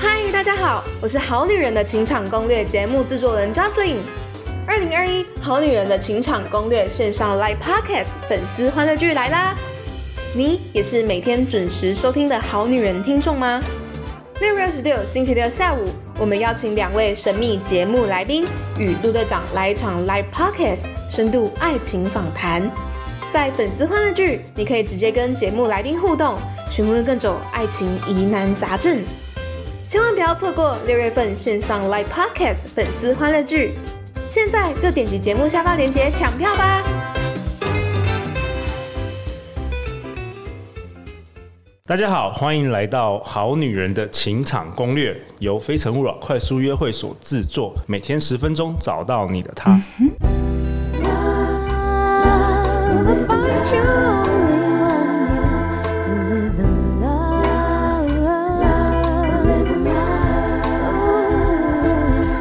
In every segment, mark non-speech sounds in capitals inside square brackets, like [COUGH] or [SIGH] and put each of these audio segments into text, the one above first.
嘿，大家好，我是《好女人的情场攻略》节目制作人 Jocelyn。二零二一《好女人的情场攻略》线上 Live Podcast 粉丝欢乐剧来啦！你也是每天准时收听的好女人听众吗？六月二十六星期六下午，我们邀请两位神秘节目来宾与陆队长来一场 Live Podcast 深度爱情访谈。在粉丝欢乐剧，你可以直接跟节目来宾互动，询问各种爱情疑难杂症。千万不要错过六月份线上 Live Podcast 粉丝欢乐剧，现在就点击节目下方链接抢票吧！大家好，欢迎来到《好女人的情场攻略》，由《非诚勿扰》快速约会所制作，每天十分钟，找到你的他。 Love, find you only one. You live in love, live in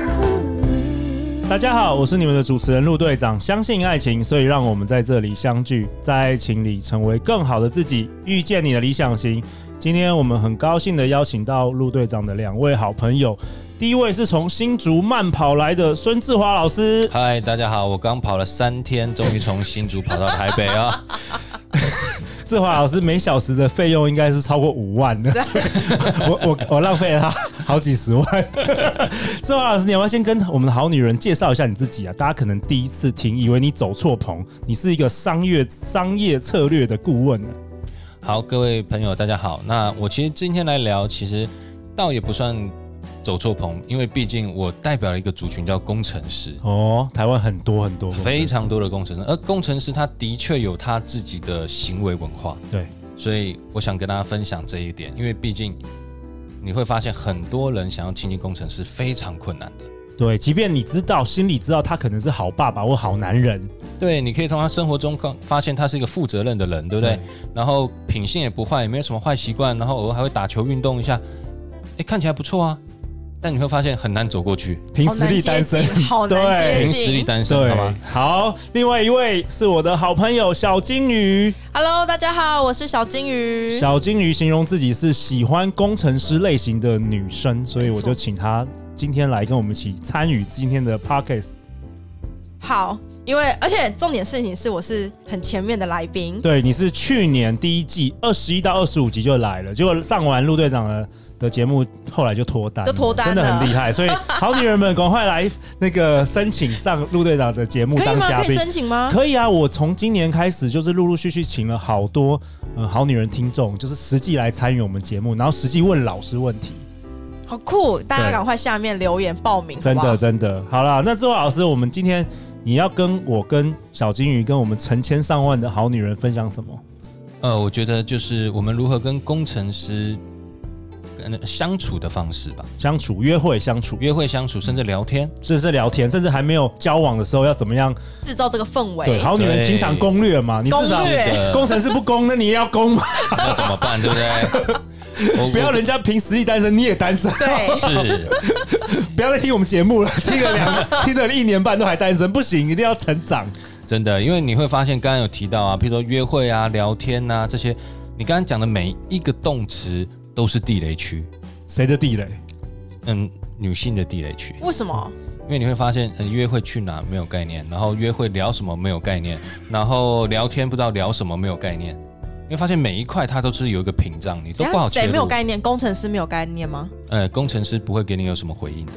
love. 大家好，我是你们的主持人陆队长。相信爱情，所以让我们在这里相聚，在爱情里成为更好的自己，遇见你的理想型。今天我们很高兴的邀请到陆队长的两位好朋友，第一位是从新竹慢跑来的孙志华老师，嗨，大家好，我刚跑了三天，终于从新竹跑到台北啊！ [LAUGHS] 志华老师每小时的费用应该是超过五万的，所以我我我浪费了他好几十万。 [LAUGHS] 志华老师，你要不要先跟我们的好女人介绍一下你自己啊？大家可能第一次听，以为你走错棚，你是一个商业商业策略的顾问呢、啊好，各位朋友，大家好。那我其实今天来聊，其实倒也不算走错棚，因为毕竟我代表了一个族群叫工程师，哦，台湾很多很多工程师，非常多的工程师。而工程师他的确有他自己的行为文化，对，所以我想跟大家分享这一点，因为毕竟你会发现很多人想要亲近工程师非常困难的。对，即便你知道，心里知道他可能是好爸爸或好男人，对，你可以从他生活中看发现他是一个负责任的人，对不对？然后品性也不坏，也没有什么坏习惯，然后偶尔还会打球运动一下，哎，看起来不错啊。但你会发现很难走过去，凭实力单身，好难接近对凭实力单身，好对吗？，好，另外一位是我的好朋友小金鱼， Hello，大家好，我是小金鱼。小金鱼形容自己是喜欢工程师类型的女生，所以我没就错请她今天来跟我们一起参与今天的 podcast。好，因为而且重点事情是我是很前面的来宾，对，你是去年第一季二十一到二十五集就来了，结果上完陆队长的的节目，后来就脱单了，就脱单了真的很厉害。所以好女人们，赶快来那个申请上陆队长的节目可以当吗？嘉可以宾。申请吗？可以啊，我从今年开始就是陆陆续续请了好多呃好女人听众，就是实际来参与我们节目，然后实际问老师问题。好酷！大家对赶快下面留言报名，真好不的好真的，好啦，那志华老师，我们今天你要跟我、跟小金鱼、跟我们成千上万的好女人分享什么？呃，我觉得就是我们如何跟工程师跟相处的方式吧，相处、约会、相处，约会相处，甚至聊 [LAUGHS] 天。甚至聊天，甚至还没有交往的时候要怎么样？制造这个氛围。对，好女人对情场攻略嘛，你至少哎攻略呃工程师不攻，那你也要攻嘛，那怎么办，对不对？ [LAUGHS] 我不要人家凭实力单身，你也单身，对是不要再听我们节目了，听了两听了一年半都还单身，不行，一定要成长。真的，因为你会发现，刚刚有提到啊，譬如说约会啊、聊天啊这些，你刚刚讲的每一个动词都是地雷区，谁的地雷？嗯，女性的地雷区，为什么？因为你会发现，嗯，约会去哪没有概念，然后约会聊什么没有概念，然后聊天不知道聊什么没有概念，你会发现每一块它都是有一个屏障，你都等一不下好切谁入。没有概念？工程师没有概念吗呃，工程师不会给你有什么回应的，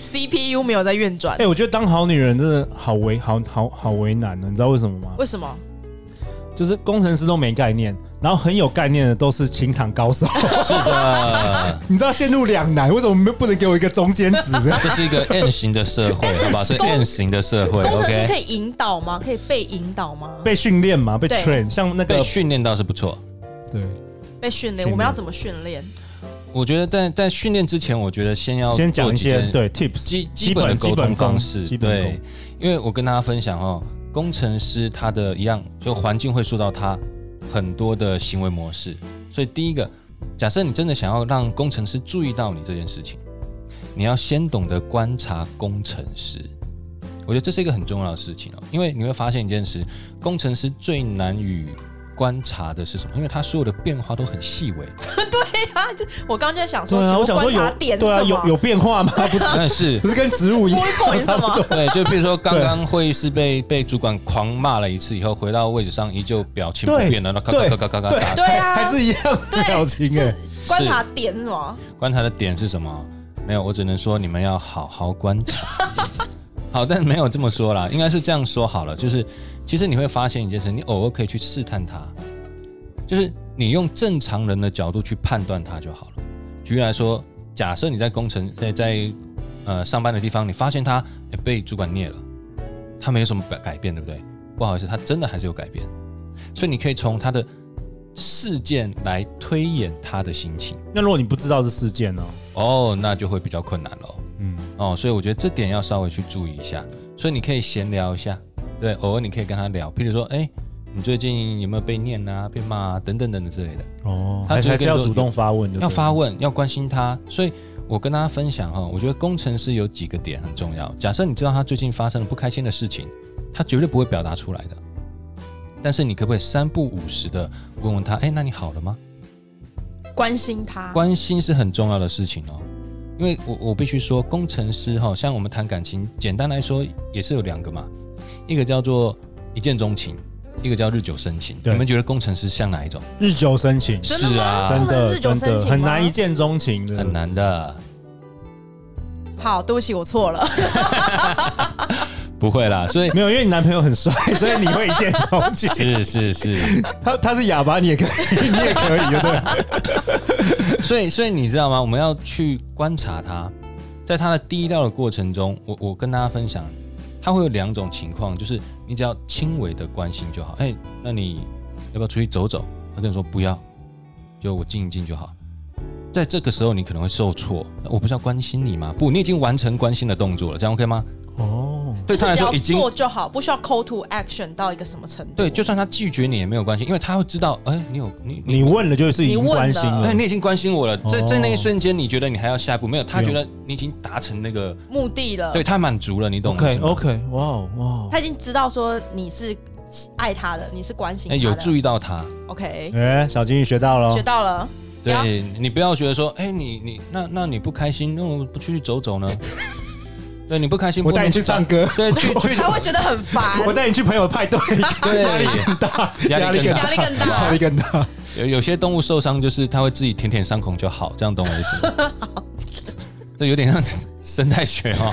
？CPU 没有在运转哎、，我觉得当好女人真的好为好好好为难啊呢，你知道为什么吗？为什么？就是工程师都没概念，然后很有概念的都是情场高手。 [LAUGHS] 是的，你知道陷入两难，为什么没不能给我一个中间值呢？这是一个 N 型的 [LAUGHS] 社会，好吧？是工 N 型的社会工程师可，OK，以引导吗？可以被引导吗？被训练嘛，被对 train，像那被个训练到是不错。对，被训训练练？我们要怎么训练？我觉得在在训练之前，我觉得先要先讲一做些几件对 tips，基基本的沟通方式，基本对功，，因为我跟大家分享哦，工程师他的一样，就环境会塑造他很多的行为模式，所以第一个，假设你真的想要让工程师注意到你这件事情，你要先懂得观察工程师，我觉得这是一个很重要的事情哦，因为你会发现一件事，工程师 [LAUGHS] 最难与观察的是什么？因为他所有的变化都很细微，啊，这我刚刚就在想说，对请啊，问我想说观察有点是对啊，什么有有变化吗？ [LAUGHS] 不是但是不是跟植物一样 bully point 是什么？ [LAUGHS] 对，就比如说刚刚会议室被被主管狂骂了一次以后，回到位置上依旧表情不对变的，然后咔对咔咔咔咔对打。对啊，还是一样的对表情哎，观察点是什么？观察的点是什么？没有，我只能说你们要好好观察。 [LAUGHS] 好，但没有这么说啦，应该是这样说好了，就是其实你会发现一件事，你偶尔可以去试探它，就是你用正常人的角度去判断它就好了。举例来说，假设你在工程在在呃上班的地方，你发现他、诶被主管虐了，他没有什么改改变，对不对？不好意思，他真的还是有改变，所以你可以从他的事件来推演他的心情。那如果你不知道这事件呢？哦，那就会比较困难喽。嗯，哦，所以我觉得这点要稍微去注意一下。所以你可以闲聊一下，对，偶尔你可以跟他聊，譬如说，哎、你最近有没有被念啊、被骂啊等等等等之类的，哦，他还只会还是要跟你说主动发问就对了，要发问，要关心他。所以我跟大家分享哈、哦，我觉得工程师有几个点很重要。假设你知道他最近发生了不开心的事情，他绝对不会表达出来的，但是你可不可以三不五时的问问他，哎、那你好了吗？关心他，关心是很重要的事情哦。因为我我必须说，工程师哈、像我们谈感情，简单来说也是有两个嘛，一个叫做一见钟情，一个叫日久生情。对你们觉得工程师像哪一种？日久生情，真的是吗？啊他真们的日久真生的情吗很难一。见钟情的，很。难的，好，对不起，我错了。不会啦。 [LAUGHS] 所以没有，因为你男朋友很帅， [LAUGHS] 所以你会一见钟 [LAUGHS] 情。是是是，他他是哑巴，你也可以，你也可以，对不对？所以所以你知道吗？我们要去观察他，在他的低调的过程中，我我跟大家分享，他会有两种情况，就是你只要轻微的关心就好。哎、那你要不要出去走走？他跟你说不要，就我静一静就好。在这个时候，你可能会受挫。我不是要关心你吗？不，你已经完成关心的动作了，这样 OK 吗？哦， [LAUGHS] 对他来就说是已只要经做就好，不需要 call to action 到一个什么程度。对，就算他拒绝你也没有关系，因为他会知道，哎、你有你你你问了就是已经你问关心了哎、了，你已经关心我了，在在那一哦瞬间，你觉得你还要下一步没有？他没觉有得你已经达成那个目的了，对，他满足了，你懂 OK 吗哎 OK，哇哦哇哦，他已经知道说你是爱他的，你是关心哎、他的。有注意意到他， ，OK，哎，小金鱼学到了学，到了。对呀你不要觉得说，哎、你你那那你不开心，那我不出去走 [LAUGHS] 走呢？对，你不开心，我不带能你去找唱，歌，对，去 [LAUGHS] 去，他会觉得很烦，我带你去朋友派对，对， [LAUGHS] 压力很大，压力更压力更大压。力更大。有有些动物受伤就是它会自己舔舔伤口就好，这样懂我意思吗？ [LAUGHS] 这有点像 [LAUGHS] 生态学哦，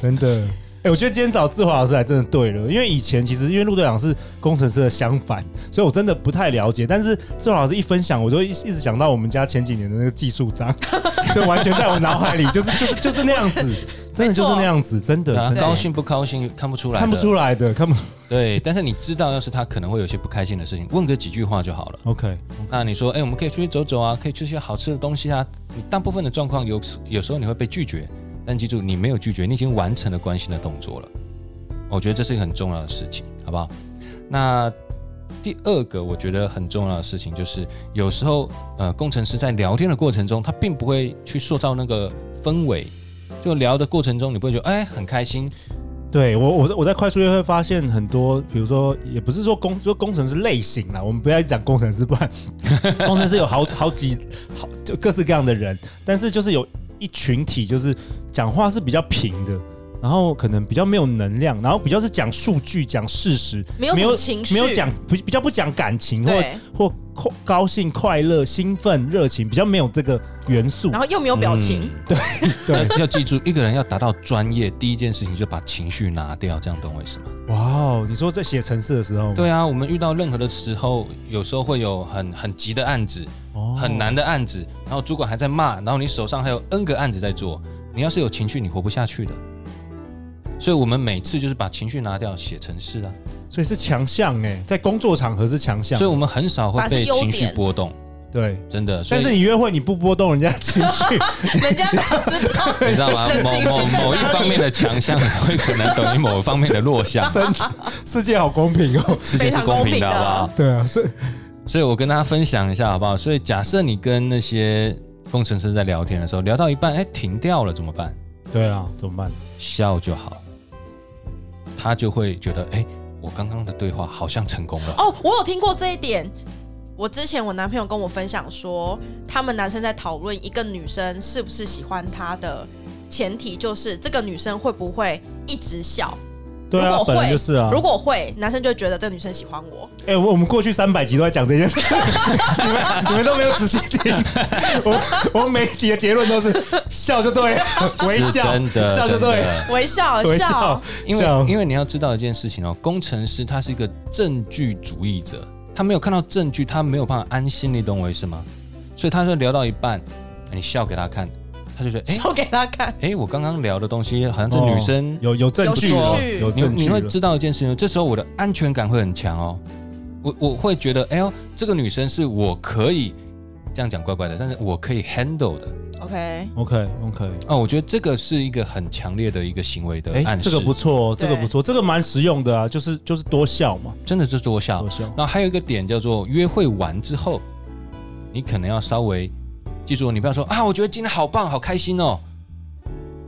真的。 [LAUGHS] 哎、我觉得今天找志华老师还真的对了，因为以前其实因为陆队长是工程师的相反，所以我真的不太了解。但是志华老师一分享，我就一一直想到我们家前几年的那个技术章， [LAUGHS] 就完全在我脑海里，就是就是就是那样子，真的就是那样子，真的对啊真的高兴不高兴看不出来，看不出来。来的，看不对，但是你知道，要是他可能会有些不开心的事情，问个几句话就好了。 OK，那你说，哎、我们可以出去走走啊，可以吃些好吃的东西啊。你大部分的状况有有时候你会被拒绝，但记住你没有拒绝，你已经完成了关心的动作了。我觉得这是一个很重要的事情，好不好？那第二个我觉得很重要的事情就是，有时候呃，工程师在聊天的过程中，他并不会去塑造那个氛围。就聊的过程中，你不会觉得哎、很开心，对我我我在快速约会发现很多，比如说也不是说工说工程师类型啦，我们不要一直讲工程师，不然工程师有好好几好就各式各样的人，但是就是有一群体就是讲话是比较平的。然后可能比较没有能量，然后比较是讲数据、讲事实，没有什么情绪没有讲不比较不讲感情或对，或或高兴、快乐、兴奋、热情，比较没有这个元素 [LAUGHS] 然。后又没有表情，嗯对，要要记住，一个人要达到专业，第一件事情就把情绪拿掉，这样懂我意思吗？哇哦，你说在写程式的时候吗，对啊，我们遇到任何的时候，有时候会有很很急的案子，哦很难的案子，然后主管还在骂，然后你手上还有 N 个案子在做，你要是有情绪，你活不下去的。所以我们每次就是把情绪拿掉，写程式啊。所以是强项哎，在工作场合是强项，所以我们很少会反而是被优情绪点波动，对。真的。所但以是你约会你不波动人家情 [LAUGHS] 绪， [LAUGHS] 人家哪知道？你知道吗？人某 [LAUGHS] 情某绪在哪某一里方面的强项，会可能等于某一方面的弱 [LAUGHS] 项，真的世界好公平 [LAUGHS] 哦。世界非是常公公平平的，的好不好？对啊，所以所以我跟大家分享一下好不好？所以假设你跟那些工程师在聊天的时候，聊到一半，哎，停掉了怎么办？对啊，怎么办？笑就好，他就会觉得，哎，我刚刚的对话好像成功了。哦哦，我有听过这一点。我之前我男朋友跟我分享说，他们男生在讨论一个女生是不是喜欢他的前提，就是这个女生会不会一直笑。对如啊果，本来会，就是啊。如果会，男生就会觉得这个女生喜欢我。哎、我我们过去三百集都在讲这件 [LAUGHS] 事，你们你们都没有仔细听。我我每一集的结论都是笑就 [LAUGHS] 对了，微是笑，真的，笑就真对了，的。微笑 [LAUGHS] 微呃笑笑，，因笑为因为你要知道一件事情哦，工程师他是一个证据主义者，他没有看到证据，他没有办法安心，你懂我意思吗？所以他就聊到一半，你笑给他看，他就觉得哎笑给他看。哎，诶我刚刚聊的东西好像这女生哦，有有证据有了证据，有你证据你会了知道一件事情，这时候我的安全感会很强哦，我我会觉得哎呦，这个女生是我可以这样讲怪怪的，但是我可以 handle 的 OK， OK OK，哦，我觉得这个是一个很强烈的一个行为的哎、暗这示，个不错、哦，这个对不错，这个蛮实用的啊，就是就是多笑嘛，真的就是多笑多。笑。然后还有一个点叫做约会完之后，你可能要稍微记住，你不要说啊，我觉得今天好棒，好开心哦。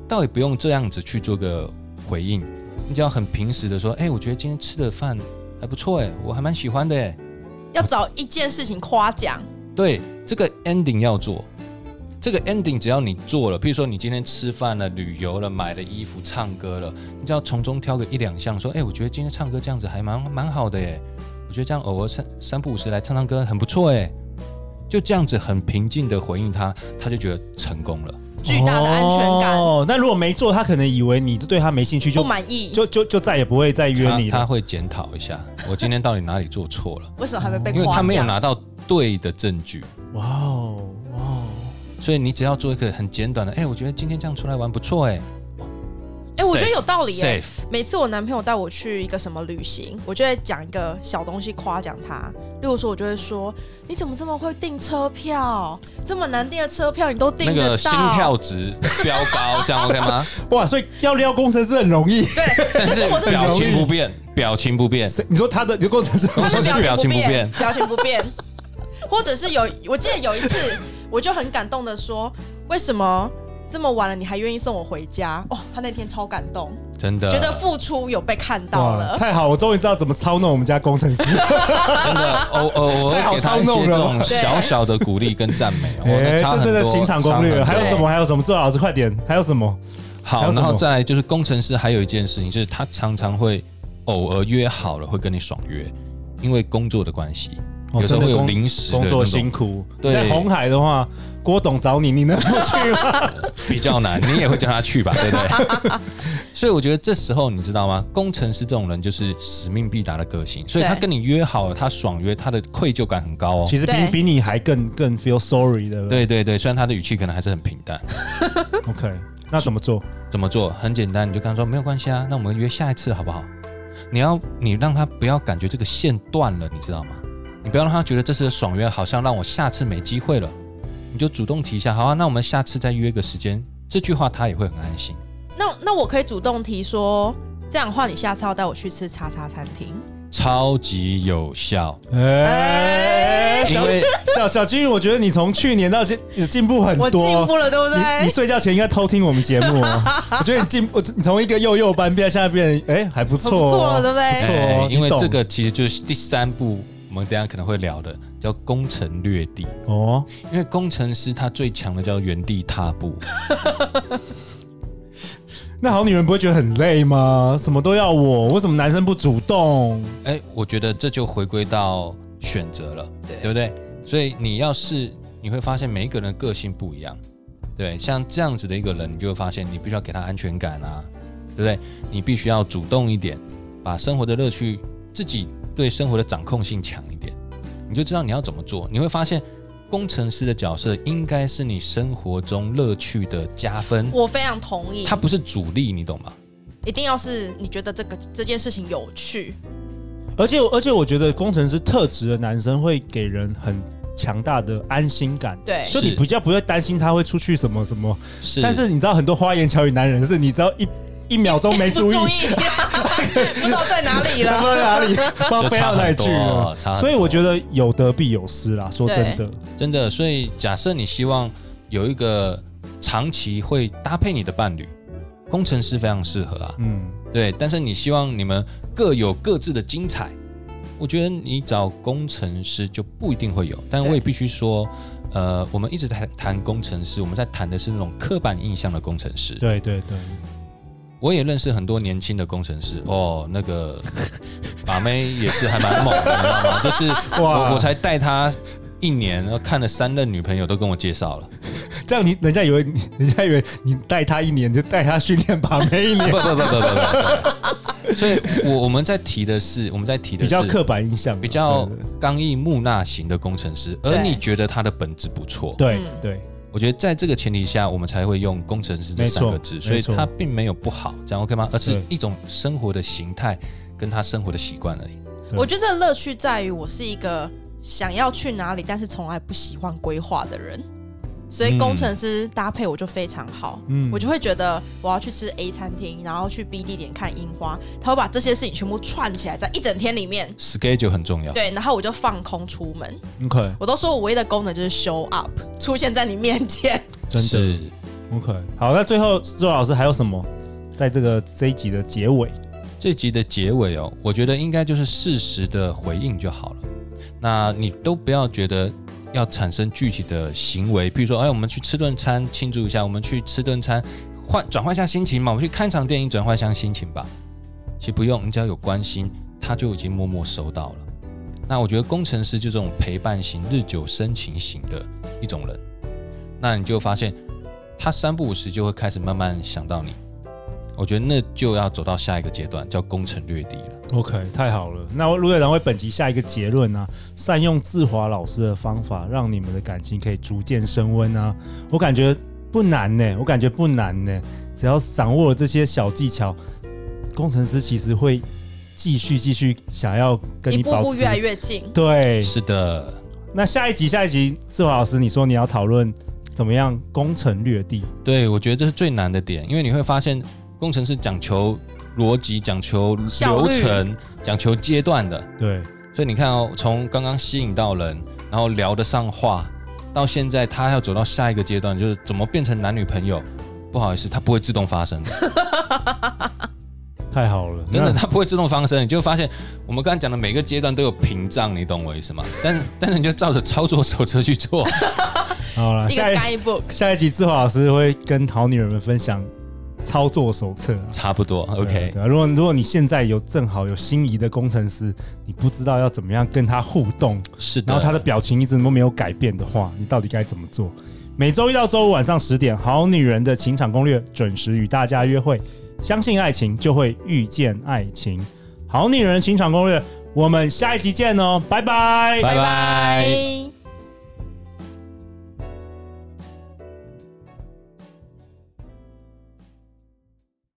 倒也不用这样子去做个回应，你只要很平时的说，哎，我觉得今天吃的饭还不错，哎，我还蛮喜欢的，哎。要找一件事情夸奖，对，这个 ending 要做，这个 ending 只要你做了，譬如说你今天吃饭了、旅游了、买了衣服、唱歌了，你只要从中挑个一两项，说，哎、我觉得今天唱歌这样子还蛮蛮好的耶，我觉得这样偶尔三三不五时来唱唱歌很不错哎，就这样子很平静的回应他，他就觉得成功了。巨大的安全感，哦，那如果没做，他可能以为你对他没兴趣，不就满意，就就就再也不会再约他你他了。会检讨一下， [LAUGHS] 我今天到底哪里做错了，为什么还没被因为夸他没有奖？拿到对的证据。哇哦哇哦，所以你只要做一个很简短的，哎、我觉得今天这样出来玩不错，哎，哎我觉得有道理哎 Safe，每次我男朋友带我去一个什么旅行，我就会讲一个小东西夸奖他。例如说，我就会说：“你怎么这么会订车票？这么难订的车票你都订那得到？”个心跳值飙高，这样 OK [LAUGHS] 吗？哇！所以哦要撩工程师很容易。但是我真的表同意情不变，表情不变，谁你说他的你的工程师，啊我说是表表情情不不变变，， [LAUGHS] 表情不 [LAUGHS] 变，或者是有，我记得有一次，我就很感动的说，为什么这么晚了你还愿意送我回家？哦，他那天超感动，真的，觉得付出有被看到了。太好！我终于知道怎么操弄我们家工程师。真的，偶偶偶 [LAUGHS] 太尔好给他操一弄些了这种吧小小的鼓励跟赞 [LAUGHS] 美，哦，那差哎这真很的多，情场差攻略。很还有多什么？还有什么？最好老师快点！还有什么？还有好，什然么后再来就是工程师还有一件事情，就是他常常会偶尔约好了会跟你爽约，因为工作的关系，哦有时真候的会有工临时的工作那辛种苦。对在红海的话，郭董找你，你能不 [LAUGHS] 去吗？比较难，你也会叫他 [LAUGHS] 去吧，对不对？所以我觉得这时候你知道吗？工程师这种人就是使命必达的个性，所以他对跟你约好了，他爽约，他的愧疚感很高哦其。实比对比你还更更 feel sorry 的。对对对，虽然他的语气可能还是很平淡， ，OK，那怎么做？怎么做？很简单，你就跟他说没有关系啊，那我们约下一次好不好？你要你让他不要感觉这个线断了，你知道吗？你不要让他觉得这次的爽约好像让我下次没机会了，你就主动提一下，好啊，那我们下次再约个时间。这句话他也会很安心。那那我可以主动提说，这样的话你下次要带我去吃叉叉餐厅。超级有效，哎，因为 [LAUGHS] 小小金，我觉得你从去年到现进步很我多，啊进步了，对不你你对？睡觉前应该偷听我们节目、 [LAUGHS] 哦，我觉得你进我你从一个幼幼班变到现在变，哎、还不错、很不错哦，了，对不对？错哎哦因你为懂这个其实就是第三步，我们等一下可能会聊的，叫攻城略地。哦，因为工程师他最强的叫原地踏步，那好女人不会觉得很累吗？什么都要我，为什么男生不主动？哎、我觉得这就回归到选择了，对对不对？所以你要是你会发现每一个人个性不一样，对，像这样子的一个人，你就会发现你必须要给他安全感啊，对不对？你必须要主动一点，把生活的乐趣自己对生活的掌控性强一点，你就知道你要怎么做。你会发现，工程师的角色应该是你生活中乐趣的加分，我非常同意，它不是主力，你懂吗？一定要是你觉得这个这件事情有趣，而且而且，我觉得工程师特质的男生会给人很强大的安心感，对就你是比较不会担心他会出去什么什么。是，但是你知道，很多花言巧语男人是，你只要一一秒钟没注 [LAUGHS] 不意注。意，不知道在哪里不了知。道哪 [LAUGHS] 里，不知道飞到哪里去了就差很多差很，多所以我觉得有得必有失啦。说真的，真的，所以假设你希望有一个长期会搭配你的伴侣，工程师非常适合啊，嗯，对。但是你希望你们各有各自的精彩，我觉得你找工程师就不一定会有，但对我也必须说，呃，我们一直谈谈工程师，我们在谈的是那种刻板印象的工程师。对对对，我也认识很多年轻的工程师哦，那个把妹也是还蛮猛的，你知道吗？就是哇我我才带他一年，然后看了三任女朋友都跟我介绍了，这样你人家以为你人家以为你带他一年就带他训练把妹一不 [LAUGHS] 年，不不不不不不，所以我我们在提的是我们在提的比是较刻板印象，啊比较对对刚毅木讷型的工程师，而对你觉得他的本质不错，对嗯对我觉得在这个前提下，我们才会用工程师这三个字，没错所以没错它并没有不好，这样 OK 吗？而是对一种生活的形态跟他生活的习惯而已。对我觉得这乐趣在于我是一个想要去哪里，但是从来不喜欢规划的人，所以工程师搭配我就非常好。嗯我就会觉得我要去吃 A 餐厅，然后去 B 地点看樱花，他会把这些事情全部串起来，在一整天里面。嗯 Schedule 很重要，对，然后我就放空出门。 ，OK，我都说我唯一的功能就是 show up，出现在你面前。真的是 OK。好，那最后周老师还有什么在这个这一集的结尾？这集的结尾哦，我觉得应该就是适时的回应就好了。那你都不要觉得要产生具体的行为，比如说，哎，我们去吃顿餐庆祝一下，我们去吃顿餐，换转换一下心情嘛，我们去看一场电影，转换一下心情吧。其实不用，你只要有关心，他就已经默默收到了。那我觉得工程师就这种陪伴型、日久生情型的一种人，那你就发现他三不五时就会开始慢慢想到你。我觉得那就要走到下一个阶段，叫攻城略地了。 OK，太好了。那陆队长为本集下一个结论呢、善用志华老师的方法，让你们的感情可以逐渐升温啊。我感觉不难呢、我感觉不难呢、只要掌握了这些小技巧，工程师其实会继续继续想要跟一你步保步持越来越近。对。是的，那下一集下一集，志华老师，你说你要讨论怎么样攻城略地？对我觉得这是最难的点，因为你会发现工程是讲求逻辑、讲求效流率程、讲求阶段的。对，所以你看哦，从刚刚吸引到人，然后聊得上话，到现在他要走到下一个阶段，就是怎么变成男女朋友。不好意思，它不会自动发生的，太好了，真嗯那的，它不会自动发生。你就发现，我们刚才讲的每个阶段都有屏障，你懂我意思吗？但是，但是你就照着操作手册去做，好了，一个下一 guidebook，下一集志华老师会跟好女人们分享操作手册啊、差不多。对啊 OK，对啊如果如果你现在有正好有心仪的工程师，你不知道要怎么样跟他互动，是的。然后他的表情一直都没有改变的话，你到底该怎么做？每周一到周五晚上十点，《好女人的情场攻略》准时与大家约会。相信爱情，就会遇见爱情。《好女人的情场攻略》，我们下一集见哦，拜拜。拜拜。拜